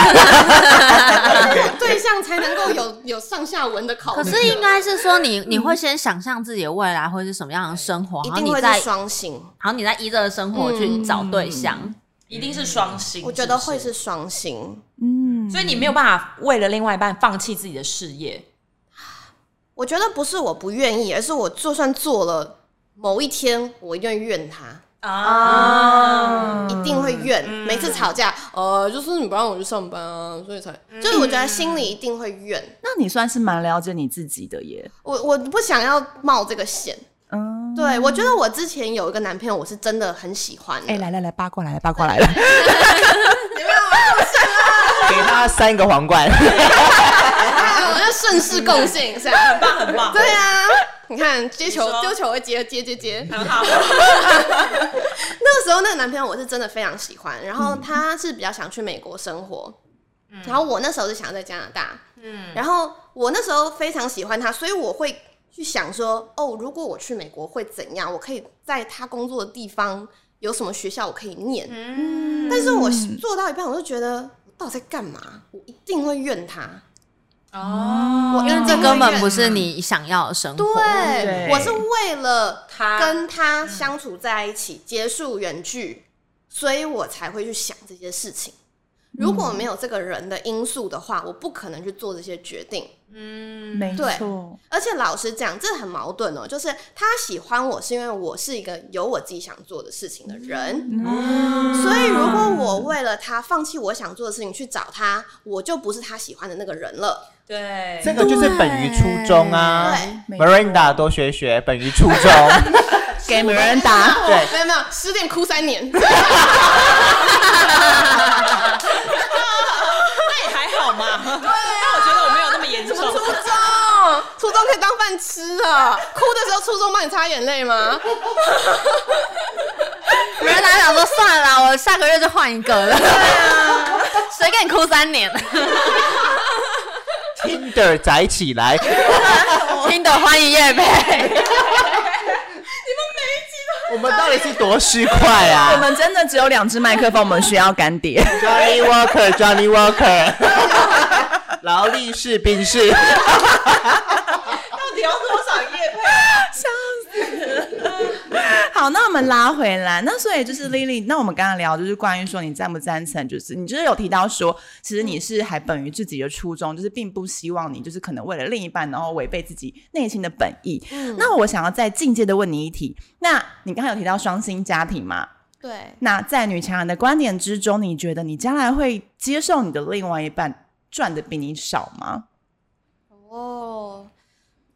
Speaker 4: 有对象才能够有 有上下文的考虑。
Speaker 6: 可是应该是说你，你会先想象自己的未来会是什么样的生活，
Speaker 4: 一
Speaker 6: 然后
Speaker 4: 定
Speaker 6: 你
Speaker 4: 会
Speaker 6: 再
Speaker 4: 是双性，
Speaker 6: 然后你再依着生活去找对象。
Speaker 2: 一定是双薪，
Speaker 4: 我觉得
Speaker 2: 是不
Speaker 4: 会
Speaker 2: 是
Speaker 4: 是双性。
Speaker 5: 嗯
Speaker 2: 所以你没有办法为了另外一半放弃自己的事业。
Speaker 4: 我觉得不是我不愿意，而是我就算做了，某一天我一定会怨他。
Speaker 2: 啊，
Speaker 4: 一定会怨。每次吵架，呃，就是你不让我去上班啊，所以才，就是我觉得心里一定会怨。
Speaker 5: 那你算是蛮了解你自己的耶，
Speaker 4: 我我不想要冒这个险。
Speaker 5: 嗯，
Speaker 4: 对，我觉得我之前有一个男朋友，我是真的很喜欢的。
Speaker 5: 哎，来来来，八卦来了，八卦来了，
Speaker 1: 给他三个皇冠，
Speaker 4: 哎我就顺势共性一 下。
Speaker 2: 很棒，很棒，
Speaker 4: 对啊，你看接球
Speaker 2: 你说
Speaker 4: 丢球会接接接接。
Speaker 2: 很好。
Speaker 4: 那时候那个男朋友我是真的非常喜欢，然
Speaker 6: 嗯
Speaker 4: 后他是比较想去美国生活，然后我那时候是想要在加拿大，嗯，然后我那时候非常喜欢他，所以我会去想说，哦，如果我去美国会怎样？我可以在他工作的地方有什么学校我可以念？
Speaker 6: 嗯
Speaker 2: 嗯
Speaker 4: 但是我做到一半，我就觉得我到底在干嘛？我一定会怨他，
Speaker 5: 嗯
Speaker 2: 哦，
Speaker 4: 我一
Speaker 6: 因
Speaker 4: 定
Speaker 6: 为
Speaker 4: 会
Speaker 6: 这根本
Speaker 4: 怨
Speaker 6: 不是你想要的生活。
Speaker 4: 嗯对啊
Speaker 5: 对，
Speaker 4: 我是为了
Speaker 2: 他
Speaker 4: 跟他嗯相处在一起，结束远距，所以我才会去想这些事情。如果没有这个人的因素的话，我不可能去做这些决定。
Speaker 2: 嗯，
Speaker 5: 没
Speaker 4: 对
Speaker 5: 错，
Speaker 4: 而且老实讲，这很矛盾哦。就是他喜欢我，是因为我是一个有我自己想做的事情的人，
Speaker 5: 嗯
Speaker 4: 所以如果我为了他放弃我想做的事情去找他，我就不是他喜欢的那个人了。
Speaker 2: 对，
Speaker 1: 这个就是本于初衷啊
Speaker 4: 嗯
Speaker 5: 对没错
Speaker 1: ！Miranda 多学学，本于初 衷。
Speaker 5: 给没人答，
Speaker 4: 我
Speaker 1: 对
Speaker 4: 哦没有没有，失恋哭三年。
Speaker 2: 那也还好嘛。对，但我觉得我没有那么严重。
Speaker 4: 初中， 初中可以当饭吃啊！哭的时候，初中帮你擦眼泪吗？
Speaker 6: 有人来想说算了，我下个月就换一个了。
Speaker 4: 啊
Speaker 6: 谁给你哭三年？
Speaker 4: 哦
Speaker 1: Tinder 宅起来，
Speaker 6: 听的欢迎叶贝。
Speaker 1: 我们到底是多市侩
Speaker 5: 我
Speaker 1: 啊
Speaker 5: 们真的只有两只麦克风，我们需要干爹。
Speaker 1: ！Johnny Walker，Johnny Walker，劳 力士、宾士。
Speaker 2: 到底要多少夜配？
Speaker 5: 好，那我们拉回来，那所以就是 Lily，那我们刚刚聊就是关于说你赞不赞成，就是你就是有提到说，其实你是还本于自己的初衷，就是并不希望你就是可能为了另一半，然后违背自己内心的本意。
Speaker 4: 嗯
Speaker 5: 那我想要再进阶的问你一题，那你刚才有提到双薪家庭嘛？
Speaker 4: 对，
Speaker 5: 那在女强人的观点之中，你觉得你将来会接受你的另外一半赚的比你少吗？
Speaker 4: 哦，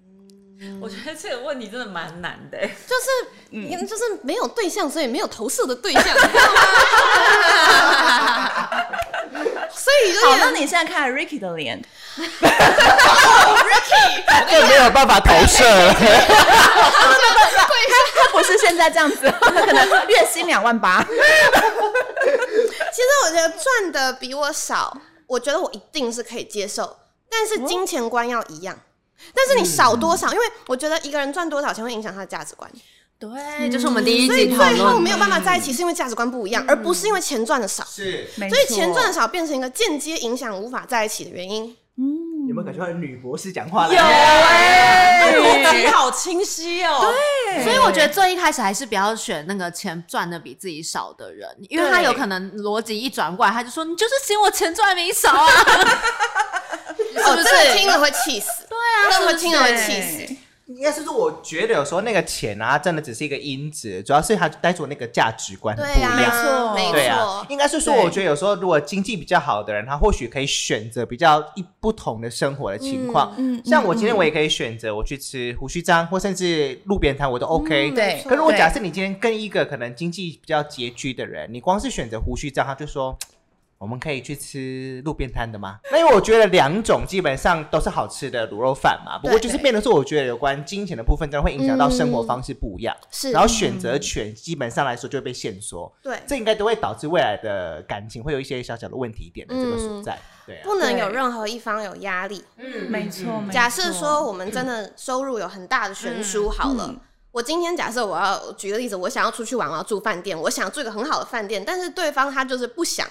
Speaker 2: 我觉得这个问题真的蛮难的、欸
Speaker 4: 就是你们就是没有对象，所以没有投射的对 象，你知道吗所以就是
Speaker 5: 好，那你现在看 Ricky 的脸，
Speaker 1: 更没有办法投射 了。
Speaker 5: 他 不是现在这样子，他可能月薪两万八。
Speaker 4: 其实我觉得赚的比我少，我觉得我一定是可以接受，但是金钱观要一样。但是你少多少，因为我觉得一个人赚多少钱会影响他的价值观，
Speaker 6: 对， 就是我们第一
Speaker 4: 哎所以
Speaker 6: 集讨
Speaker 4: 最后
Speaker 6: 论
Speaker 4: 没有办法在一起，是因为价值观不一样，而不是因为钱赚的少。
Speaker 1: 是，
Speaker 5: 所
Speaker 4: 所以钱赚的少变成一个间接影响无法在一起的原因。
Speaker 1: 有没有感觉到女博士讲话了？
Speaker 2: 哎，逻辑好清晰哦。对，
Speaker 6: 所以我觉得最一开始还是不要选那个钱赚的比自己少的人，因为他有可能逻辑一转过来，他就说你就是嫌我钱赚得比你少啊，
Speaker 4: 哦，这个听了会气死。对啊，这个听了会气死。
Speaker 5: 对，
Speaker 1: 应该是说，我觉得有时候那个钱啊，真的只是一个因子，主要是它带出那个价值观很不
Speaker 4: 对
Speaker 1: 一
Speaker 5: 啊
Speaker 4: 呀、
Speaker 1: 样。
Speaker 5: 样
Speaker 4: 没
Speaker 1: 对啊
Speaker 4: 错，，
Speaker 1: 应该是说，
Speaker 5: 对
Speaker 1: 我觉得有时候如果经济比较好的人，他或许可以选择比较一不同的生活的情况。
Speaker 5: 嗯
Speaker 1: 像我今天我也可以选择我去吃胡须章，或甚至路边摊，我都 OK。
Speaker 4: 嗯
Speaker 5: 对
Speaker 1: 可如果
Speaker 5: 对
Speaker 1: 假设你今天跟一个可能经济比较拮据的人，你光是选择胡须章，他就说。我们可以去吃路边摊的吗？那因为我觉得两种基本上都是好吃的卤肉饭嘛，不过就是
Speaker 4: 对
Speaker 1: 变得说，我觉得有关金钱的部分，真的会影响到生活方式不一样，
Speaker 5: 嗯
Speaker 4: 是
Speaker 1: 然后选择权基本上来说就会被限缩。
Speaker 4: 对，
Speaker 1: 这应该都会导致未来的感情会有一些小小的问题点的这个所在，
Speaker 5: 嗯
Speaker 1: 对啊。
Speaker 4: 不能有
Speaker 5: 对
Speaker 4: 任何一方有压力。
Speaker 5: 没错。嗯
Speaker 4: 假设说我们真的收入有很大的悬殊，好了。我今天假设我要我举个例子，我想要出去玩，我要住饭店，我想住一个很好的饭店，但是对方他就是不想，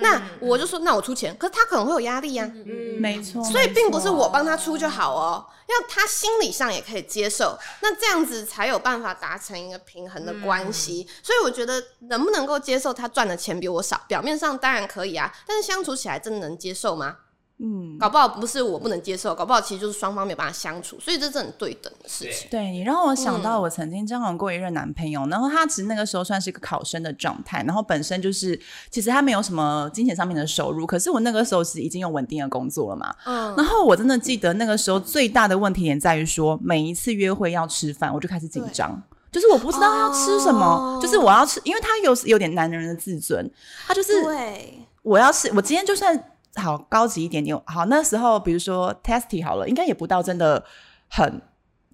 Speaker 4: 那我就说那我出钱，可是他可能会有压力呀、
Speaker 5: 没错，
Speaker 4: 所以并不是我帮他出就好哦，要他心理上也可以接受，那这样子才有办法达成一个平衡的
Speaker 5: 嗯
Speaker 4: 关系。所以我觉得能不能够接受他赚的钱比我少，表面上当然可以啊，但是相处起来真的能接受吗？
Speaker 5: 嗯，
Speaker 4: 搞不好不是我不能接受，搞不好其实就是双方没有办法相处，所以这是很对等的事情。
Speaker 5: 对你让我想到我曾经交往过一任男朋友，然后他其实那个时候算是一个考生的状态，然后本身就是其实他没有什么金钱上面的收入，可是我那个时候是已经有稳定的工作了嘛，
Speaker 4: 嗯
Speaker 5: 然后我真的记得那个时候最大的问题点在于说，每一次约会要吃饭，我就开始紧张。就是我不知道要吃什么，
Speaker 4: 哦
Speaker 5: 就是我要吃，因为他有有点男人的自尊，他就是
Speaker 4: 对，
Speaker 5: 我要是我今天就算好高级一点点，好那时候比如说 Testy 好了，应该也不到真的很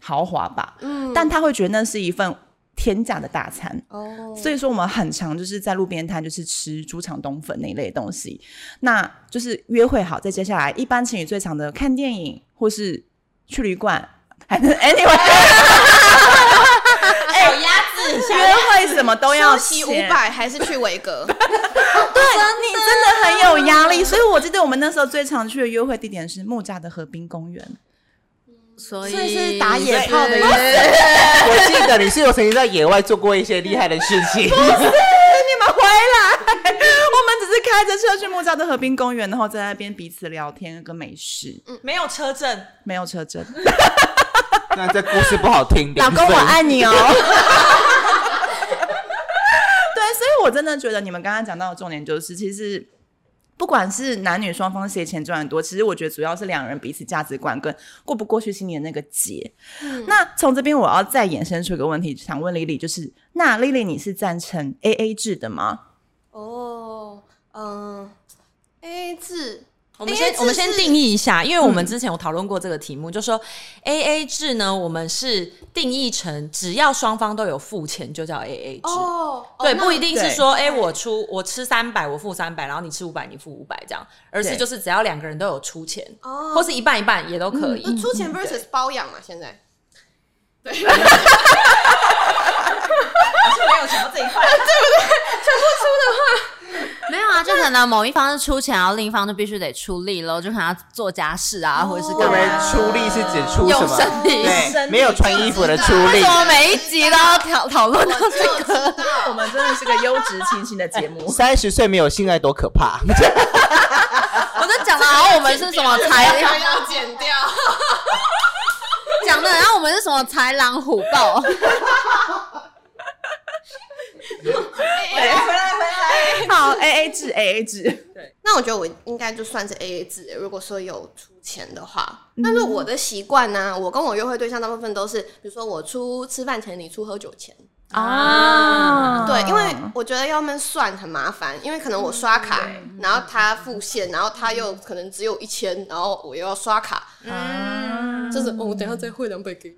Speaker 5: 豪华吧，
Speaker 4: 嗯
Speaker 5: 但他会觉得那是一份天价的大餐。
Speaker 4: 哦，
Speaker 5: 所以说，我们很常就是在路边摊，就是吃猪肠冬粉那一类的东西。那就是约会好，再接下来一般情侣最常的看电影，或是去旅馆，还是 anyway 哎
Speaker 4: 哎
Speaker 2: 小鸭子，
Speaker 5: 约会什么都要
Speaker 4: 休息五
Speaker 5: 钱
Speaker 4: 百还是去维 格， 哦
Speaker 5: 对你真的很有压力。所以我记得我们那时候最常去的约会地点是木栅的河滨公园。
Speaker 6: 所
Speaker 5: 所以是打野炮的意
Speaker 6: 思。
Speaker 1: 我记得你是有曾经在野外做过一些厉害的事情，
Speaker 5: 你们回来，我们只是开着车去木栅的河滨公园，然后在那边彼此聊天跟美食，
Speaker 2: 没有车震，
Speaker 5: 没有车震。
Speaker 1: 那这故事不好听，
Speaker 5: 老公，
Speaker 1: 零
Speaker 5: 我
Speaker 1: 分
Speaker 5: 爱你哦。对，所以我真的觉得你们刚刚讲到的重点就是，其实不管是男女双方谁钱赚得多，其实我觉得主要是两人彼此价值观跟过不过去心里的那个结。那从这边我要再衍生出一个问题，想问 Lily，就是那 Lily 你是赞成 A A 制的吗？
Speaker 4: 哦，嗯，A 字，
Speaker 2: 我们先
Speaker 4: AA 制
Speaker 2: 我们先
Speaker 4: 是
Speaker 2: 定义一下，因为我们之前有讨论过这个题目，就说 A A 制呢，我们是定义成只要双方都有付钱就叫 A A 制。
Speaker 4: 哦，
Speaker 2: 对，
Speaker 4: 哦
Speaker 2: 不一。定是
Speaker 5: 对
Speaker 2: 说，哎、我出我吃三百，我付三百，然后你吃五百，你付五百这样，而是
Speaker 5: 对
Speaker 2: 就是只要两个人都有出钱，
Speaker 4: 那哦，嗯
Speaker 2: 或是嗯一半一半也都可以。
Speaker 4: 那出钱 versus 包养嘛，现在。
Speaker 2: 没有想到这一块，
Speaker 6: 没有啊，就可能某一方是出钱，然后另一方就必须得出力喽，就可能要做家事啊，或者是
Speaker 1: 我
Speaker 6: 干
Speaker 1: 们
Speaker 6: 嘛。
Speaker 1: 出力是指出什
Speaker 6: 用
Speaker 1: 么？
Speaker 6: 身体
Speaker 1: 对，没有穿衣服的出
Speaker 6: 为
Speaker 1: 力。
Speaker 6: 什。么每一集都要讨 讨论到这个？
Speaker 5: 我们真的是个优质清新的节目
Speaker 1: 三十岁没有性爱多可怕！
Speaker 6: 我就讲的好像 我们是什么 豺狼，
Speaker 4: 要剪 掉。
Speaker 6: 讲的然后我们是什么豺狼虎 豹，
Speaker 5: 回来回来，好 A A 制 A A 制，
Speaker 4: 那我觉得我应该就算是 A A 制，如果说有出钱的话。但
Speaker 2: 嗯
Speaker 4: 是我的习惯呢，我跟我约会对象大部分都是，比如说我出吃饭钱，你出喝酒钱。
Speaker 2: 啊，
Speaker 4: 对，因为我觉得要们算很麻烦，因为可能我
Speaker 2: 嗯
Speaker 4: 刷卡，然后他付现，然后他又可能只有一千，然后我又要刷卡，
Speaker 5: 嗯，
Speaker 4: 就是哦，我等一下再汇两百给你。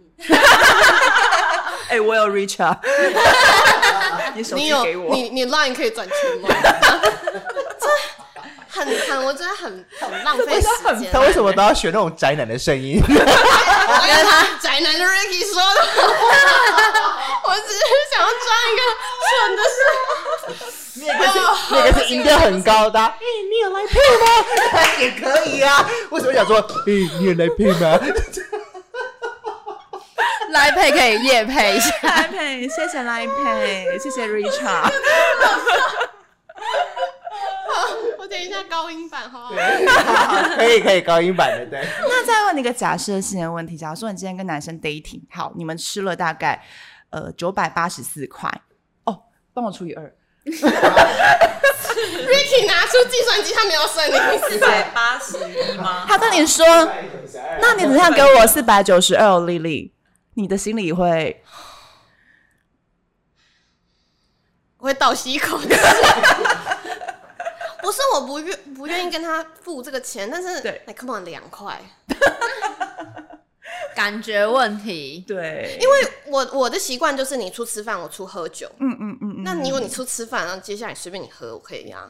Speaker 5: 哎，我有 Richard，你手
Speaker 4: 你
Speaker 5: 机
Speaker 4: 有
Speaker 5: 给我，
Speaker 4: 你你 Line 可以转钱 吗？这很很，我真的很很浪费时间
Speaker 1: 他。为什么都要选那种宅男的声 音？
Speaker 4: 我跟他宅男的 Ricky 说的， 我只是想要装一个蠢的
Speaker 1: 那个是音调很高的啊。哎，你有来配吗？ 也可以啊。为什么想说？哎，你有来配吗？
Speaker 6: 来配可以夜配一下。
Speaker 5: 赖佩，谢谢赖佩，谢谢啊 Richard。
Speaker 4: 事。我等一下高音版好不好？
Speaker 1: 可以可以，高音版的对。
Speaker 5: 那再问你一个假设性的问题，假如说你今天跟男生 dating，好，你们吃了大概呃九百八十四块，哦，帮我除以二，
Speaker 4: Ricky 拿出计算机，他没有声音。
Speaker 2: 四百八十一吗？
Speaker 5: 他跟你说，那你等一下给我四百九十二，丽丽，你的心里会
Speaker 4: 我 会倒吸一口气。不是我不愿不愿意跟他付这个钱，但是
Speaker 5: 对
Speaker 4: 哎，come on，两块，
Speaker 6: 感觉问题，
Speaker 5: 对，
Speaker 4: 因为我我的习惯就是你出吃饭，我出喝酒。
Speaker 5: 嗯嗯嗯嗯，
Speaker 4: 那你如果你出吃饭，然后接下来随便你喝，我可以啊。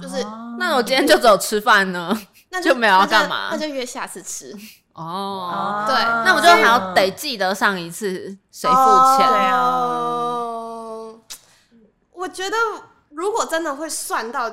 Speaker 4: 就是
Speaker 5: 哦
Speaker 6: 那我今天就只有吃饭呢？
Speaker 4: 那
Speaker 6: 就没有要干嘛
Speaker 4: 那就那就约下次 吃。
Speaker 6: 哦，
Speaker 4: 对
Speaker 6: 那我就还要得记得上一次谁付钱。
Speaker 5: 对啊
Speaker 4: 哦我觉得如果真的会算到，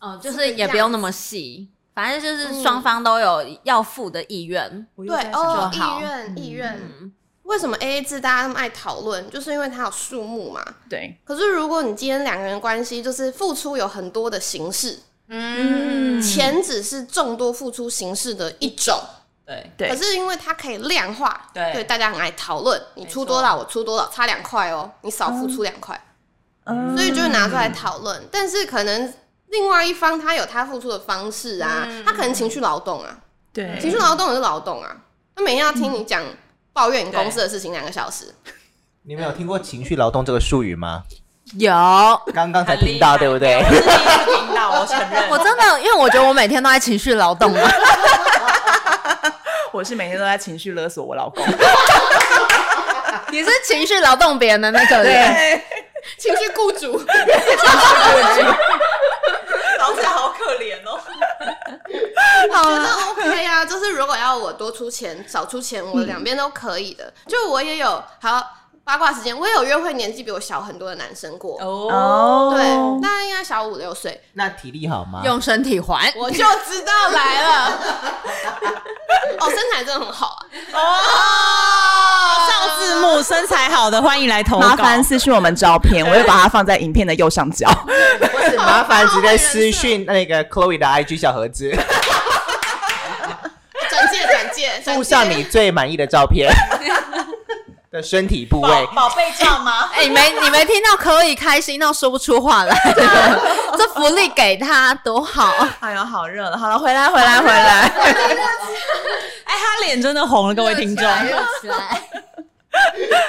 Speaker 6: 哦，就是也不用那么细，反正就是双方都有要付的意愿。
Speaker 4: 对哦，
Speaker 6: 就好
Speaker 4: 意愿意愿，
Speaker 6: 嗯，
Speaker 4: 为什么 A A 制大家那么爱讨论？就是因为它有数目嘛。
Speaker 5: 对，
Speaker 4: 可是如果你今天两个人关系就是付出有很多的形式，
Speaker 2: 嗯，
Speaker 4: 钱只是众多付出形式的一种。
Speaker 2: 对，
Speaker 5: 对
Speaker 4: 可是因为它可以量化，
Speaker 2: 对
Speaker 4: 大家很爱讨论，你出多少我出多少，差两块哦，你少付出两块，
Speaker 5: 嗯
Speaker 4: 所以就拿出来讨论。但是可能另外一方他有他付出的方式啊，他可能情绪劳动啊，
Speaker 5: 对，
Speaker 4: 情绪劳动也是劳动啊，他每天要听你讲抱怨你公司的事情两个小时，
Speaker 1: 你们有听过情绪劳动这个术语吗？
Speaker 6: 有，
Speaker 1: 刚刚才听到，对不对
Speaker 2: 我？是第一次听到，我承认。
Speaker 6: 我真的，因为我觉得我每天都在情绪劳动 嘛，
Speaker 5: 我是每天都在情绪勒索我老公，
Speaker 6: 你是情绪劳动别人的那个人，
Speaker 5: 对，
Speaker 4: 情绪雇主。
Speaker 2: 老姐好可怜 哦。
Speaker 4: 觉得 OK 啊，就是如果要我多出钱、少出钱，我两边都可以的。就我也有好八卦时间，我也有约会年纪比我小很多的男生过，
Speaker 2: 哦，
Speaker 5: 哦，
Speaker 4: 对，那应该小五六岁，
Speaker 1: 那体力好吗？
Speaker 6: 用身体还。
Speaker 4: 我就知道来了。 哦，身材真的很好啊！
Speaker 2: 上字幕，身材好的欢迎来投稿。
Speaker 5: 麻烦私讯我们照片，我会把它放在影片的右上角。
Speaker 1: 是麻烦直 接
Speaker 4: 哦
Speaker 1: 私讯那个 Chloe 的 IG 小盒子，
Speaker 4: 转介转介，转介
Speaker 1: 附上你最满意的照 片的身体部位。
Speaker 2: 宝宝贝照吗？
Speaker 6: 哎、你没你没听到可以开心到说不出话 来，这福利给他多 好。
Speaker 5: 哎呦，好热了！好了，回来，回来，回来。
Speaker 2: 哎，他脸真的红了，各位听众。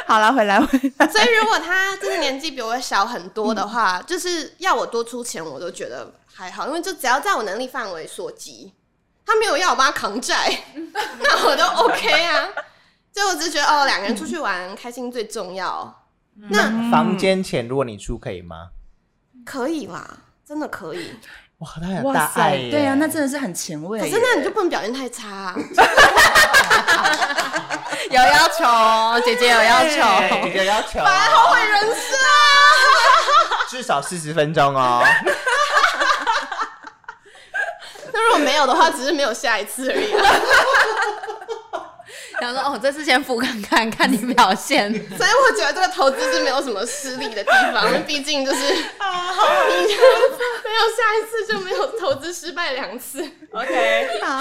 Speaker 5: 好了，回来，回来。
Speaker 4: 所以如果他真的年纪比我小很多的话，就是要我多出钱，我都觉得还好，因为就只要在我能力范围所及，他没有要我帮他扛债， 那我都 OK 啊。所以我只是觉得哦，两个人出去玩开心最重要，那
Speaker 1: 房间钱如果你出可以吗？
Speaker 4: 可以吧？真的可以，
Speaker 1: 哇，他很大爱耶
Speaker 5: 对啊，那真的是很前卫
Speaker 4: 可
Speaker 5: 耶。
Speaker 4: 是那你就不能表现太差、 啊。
Speaker 6: 有要求哦，姐姐有要求。
Speaker 1: 对有要求，
Speaker 4: 好毁人设啊！
Speaker 1: 至少四十分钟哦。
Speaker 4: 如果没有的话，只是没有下一次而已、啊。
Speaker 6: 想说哦，这次先付看看看你表现。
Speaker 4: 所以我觉得这个投资是没有什么失利的地方，因为毕竟就是你就没有下一次就没有投资失败两次。
Speaker 5: OK，
Speaker 3: 好，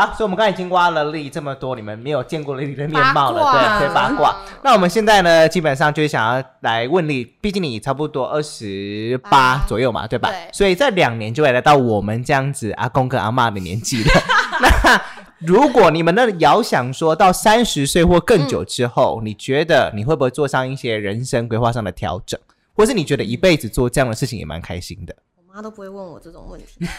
Speaker 1: 好，所以我们刚才已经挖了丽这么多你们没有见过丽丽的面貌了，
Speaker 5: 八卦
Speaker 1: 对，对八卦。那我们现在呢，基本上就是想要来问丽，毕竟你差不多二十八
Speaker 4: 八
Speaker 1: 左右嘛，对吧？
Speaker 4: 对
Speaker 1: 所以在两年就会来到我们这样子阿公跟阿嬷的年纪了。那如果你们的遥想说到三十岁或更久之后，你觉得你会不会做上一些人生规划上的调整，或是你觉得一辈子做这样的事情也蛮开心的？
Speaker 4: 我妈都不会问我这种问题。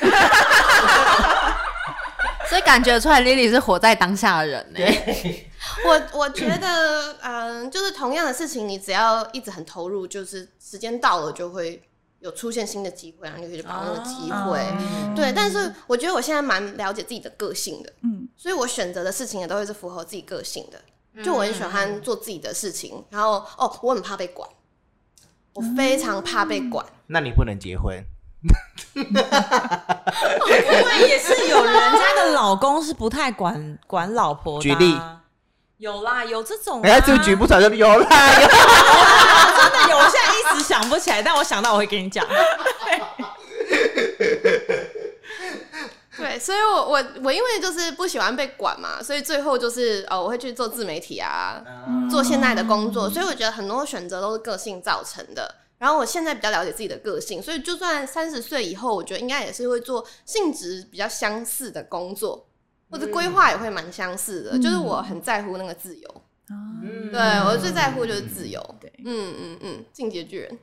Speaker 6: 所以感觉出来 Lily 是活在当下的人呢、欸
Speaker 4: 我我觉得，嗯，就是同样的事情，你只要一直很投入，就是时间到了就会有出现新的机会，然后你就可以去把握那个机会。
Speaker 5: 啊
Speaker 4: 对，但是我觉得我现在蛮了解自己的个性的，
Speaker 5: 嗯
Speaker 4: 所以我选择的事情也都会是符合自己个性的。就我很喜欢做自己的事情，然后哦，我很怕被管，我非常怕被管。
Speaker 1: 那你不能结婚，
Speaker 2: 因为也是有人家的老公是不太管管老婆的、
Speaker 1: 举
Speaker 2: 啊。
Speaker 1: 例
Speaker 2: 有啦，有这种、啊。
Speaker 1: 人家哎这个举不出来就有啦，有
Speaker 2: 真的有，我现在一时想不起来，但我想到我会跟你讲。
Speaker 4: 对，所以我我我因为就是不喜欢被管嘛，所以最后就是哦，我会去做自媒体啊，做现在的工作，所以我觉得很多选择都是个性造成的。然后我现在比较了解自己的个性，所以就算三十岁以后，我觉得应该也是会做性质比较相似的工作，或者规划也会蛮相似的。就是我很在乎那个自由，对我最在乎就是自由。
Speaker 5: 对
Speaker 4: 嗯嗯嗯，进阶巨人。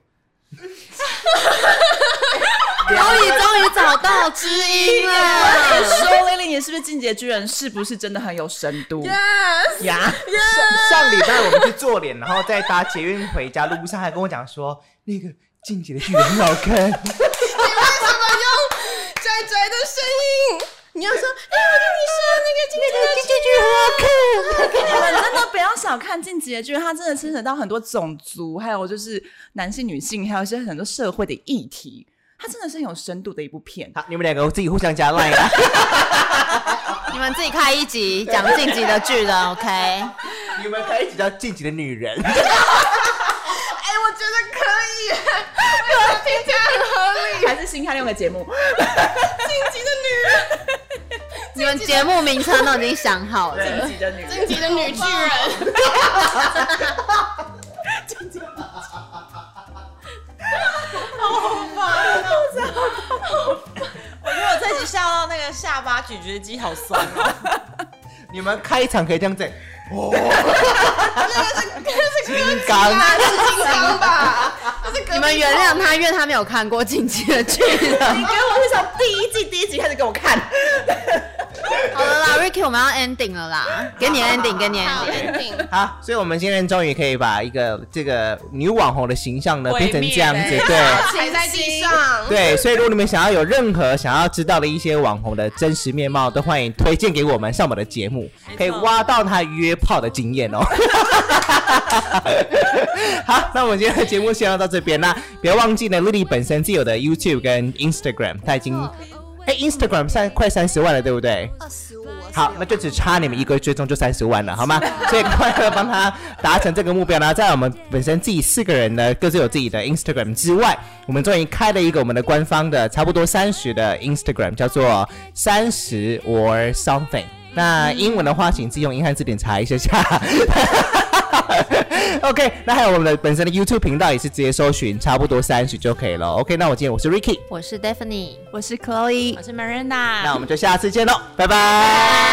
Speaker 6: 终于终于找到知音了。
Speaker 5: 我说威廉，你是不是进阶巨人？是不是真的很有深度呀？
Speaker 1: 上礼拜我们去做脸，然后在搭捷运回家路上，还跟我讲说那个进击的巨人很好看。
Speaker 4: 为什么用拽拽的声音？你要说，哎、我跟你说，那个今天的
Speaker 5: 你们真的不要小看进阶巨人，它真的牵扯到很多种族，还有就是男性、女性，还有一些很多社会的议题。它真的是很有深度的一部片。
Speaker 1: 好，你们两个自己互相加 line 啊。
Speaker 6: 你们自己开一集讲晋级的巨人，OK？
Speaker 1: 你们开一集叫《进击的女人》，
Speaker 4: 哎、我觉得可以，我觉得听起来很合理。
Speaker 5: 还是新开另外一个节目，
Speaker 6: 你们节目名称都已经想好了
Speaker 5: 晋，级的女人。
Speaker 4: 晋级的女巨 人，
Speaker 2: 我觉得我这集笑到那个下巴咀嚼肌好酸哦。
Speaker 1: 你们开场可以这样子。哦，金刚，
Speaker 4: 那是金刚 吧？这是隔壁
Speaker 6: 你们原谅他，因为他没有看过晋级的 巨人。
Speaker 5: 给我是从第一季第一集开始给我看，
Speaker 6: 好了啦，Ricky，我们要 ending 了啦，给你 ending，给你
Speaker 4: 好
Speaker 6: ending。
Speaker 4: 肯定。
Speaker 1: 好，所以我们今天终于可以把一个这个女网红的形象呢
Speaker 2: 毁
Speaker 1: 变
Speaker 2: 灭
Speaker 1: 成这样子，
Speaker 2: 了
Speaker 1: 对。
Speaker 4: 踩在地上，
Speaker 1: 对，所以如果你们想要有任何想要知道的一些网红的真实面貌，都欢迎推荐给我们上我们的节目，可以挖到他约炮的经验哦。 好，那我们今天的节目先要到这边啦，不要忘记呢，Lily 本身自有的 YouTube 跟 Instagram，她已经哎、Instagram 三快三十万了，对不对？
Speaker 4: 二十五，
Speaker 1: 好，那就只差你们一个追踪就三十万了，好吗？ 所以快乐帮他达成这个目标呢。在我们本身自己四个人呢，各自有自己的 Instagram 之外，我们终于开了一个我们的官方的差不多三十的 Instagram，叫做三十 or something。那英文的话，请自己用英汉字典查一下 下。OK，那还有我们的本身的 YouTube 频道也是直接搜寻，差不多三十就可以了。OK，那我今天我是 Ricky，
Speaker 6: 我是 d a p h n e
Speaker 5: 我是 Chloe
Speaker 2: 我。是 Miranda，
Speaker 1: 那我们就下次见喽，拜拜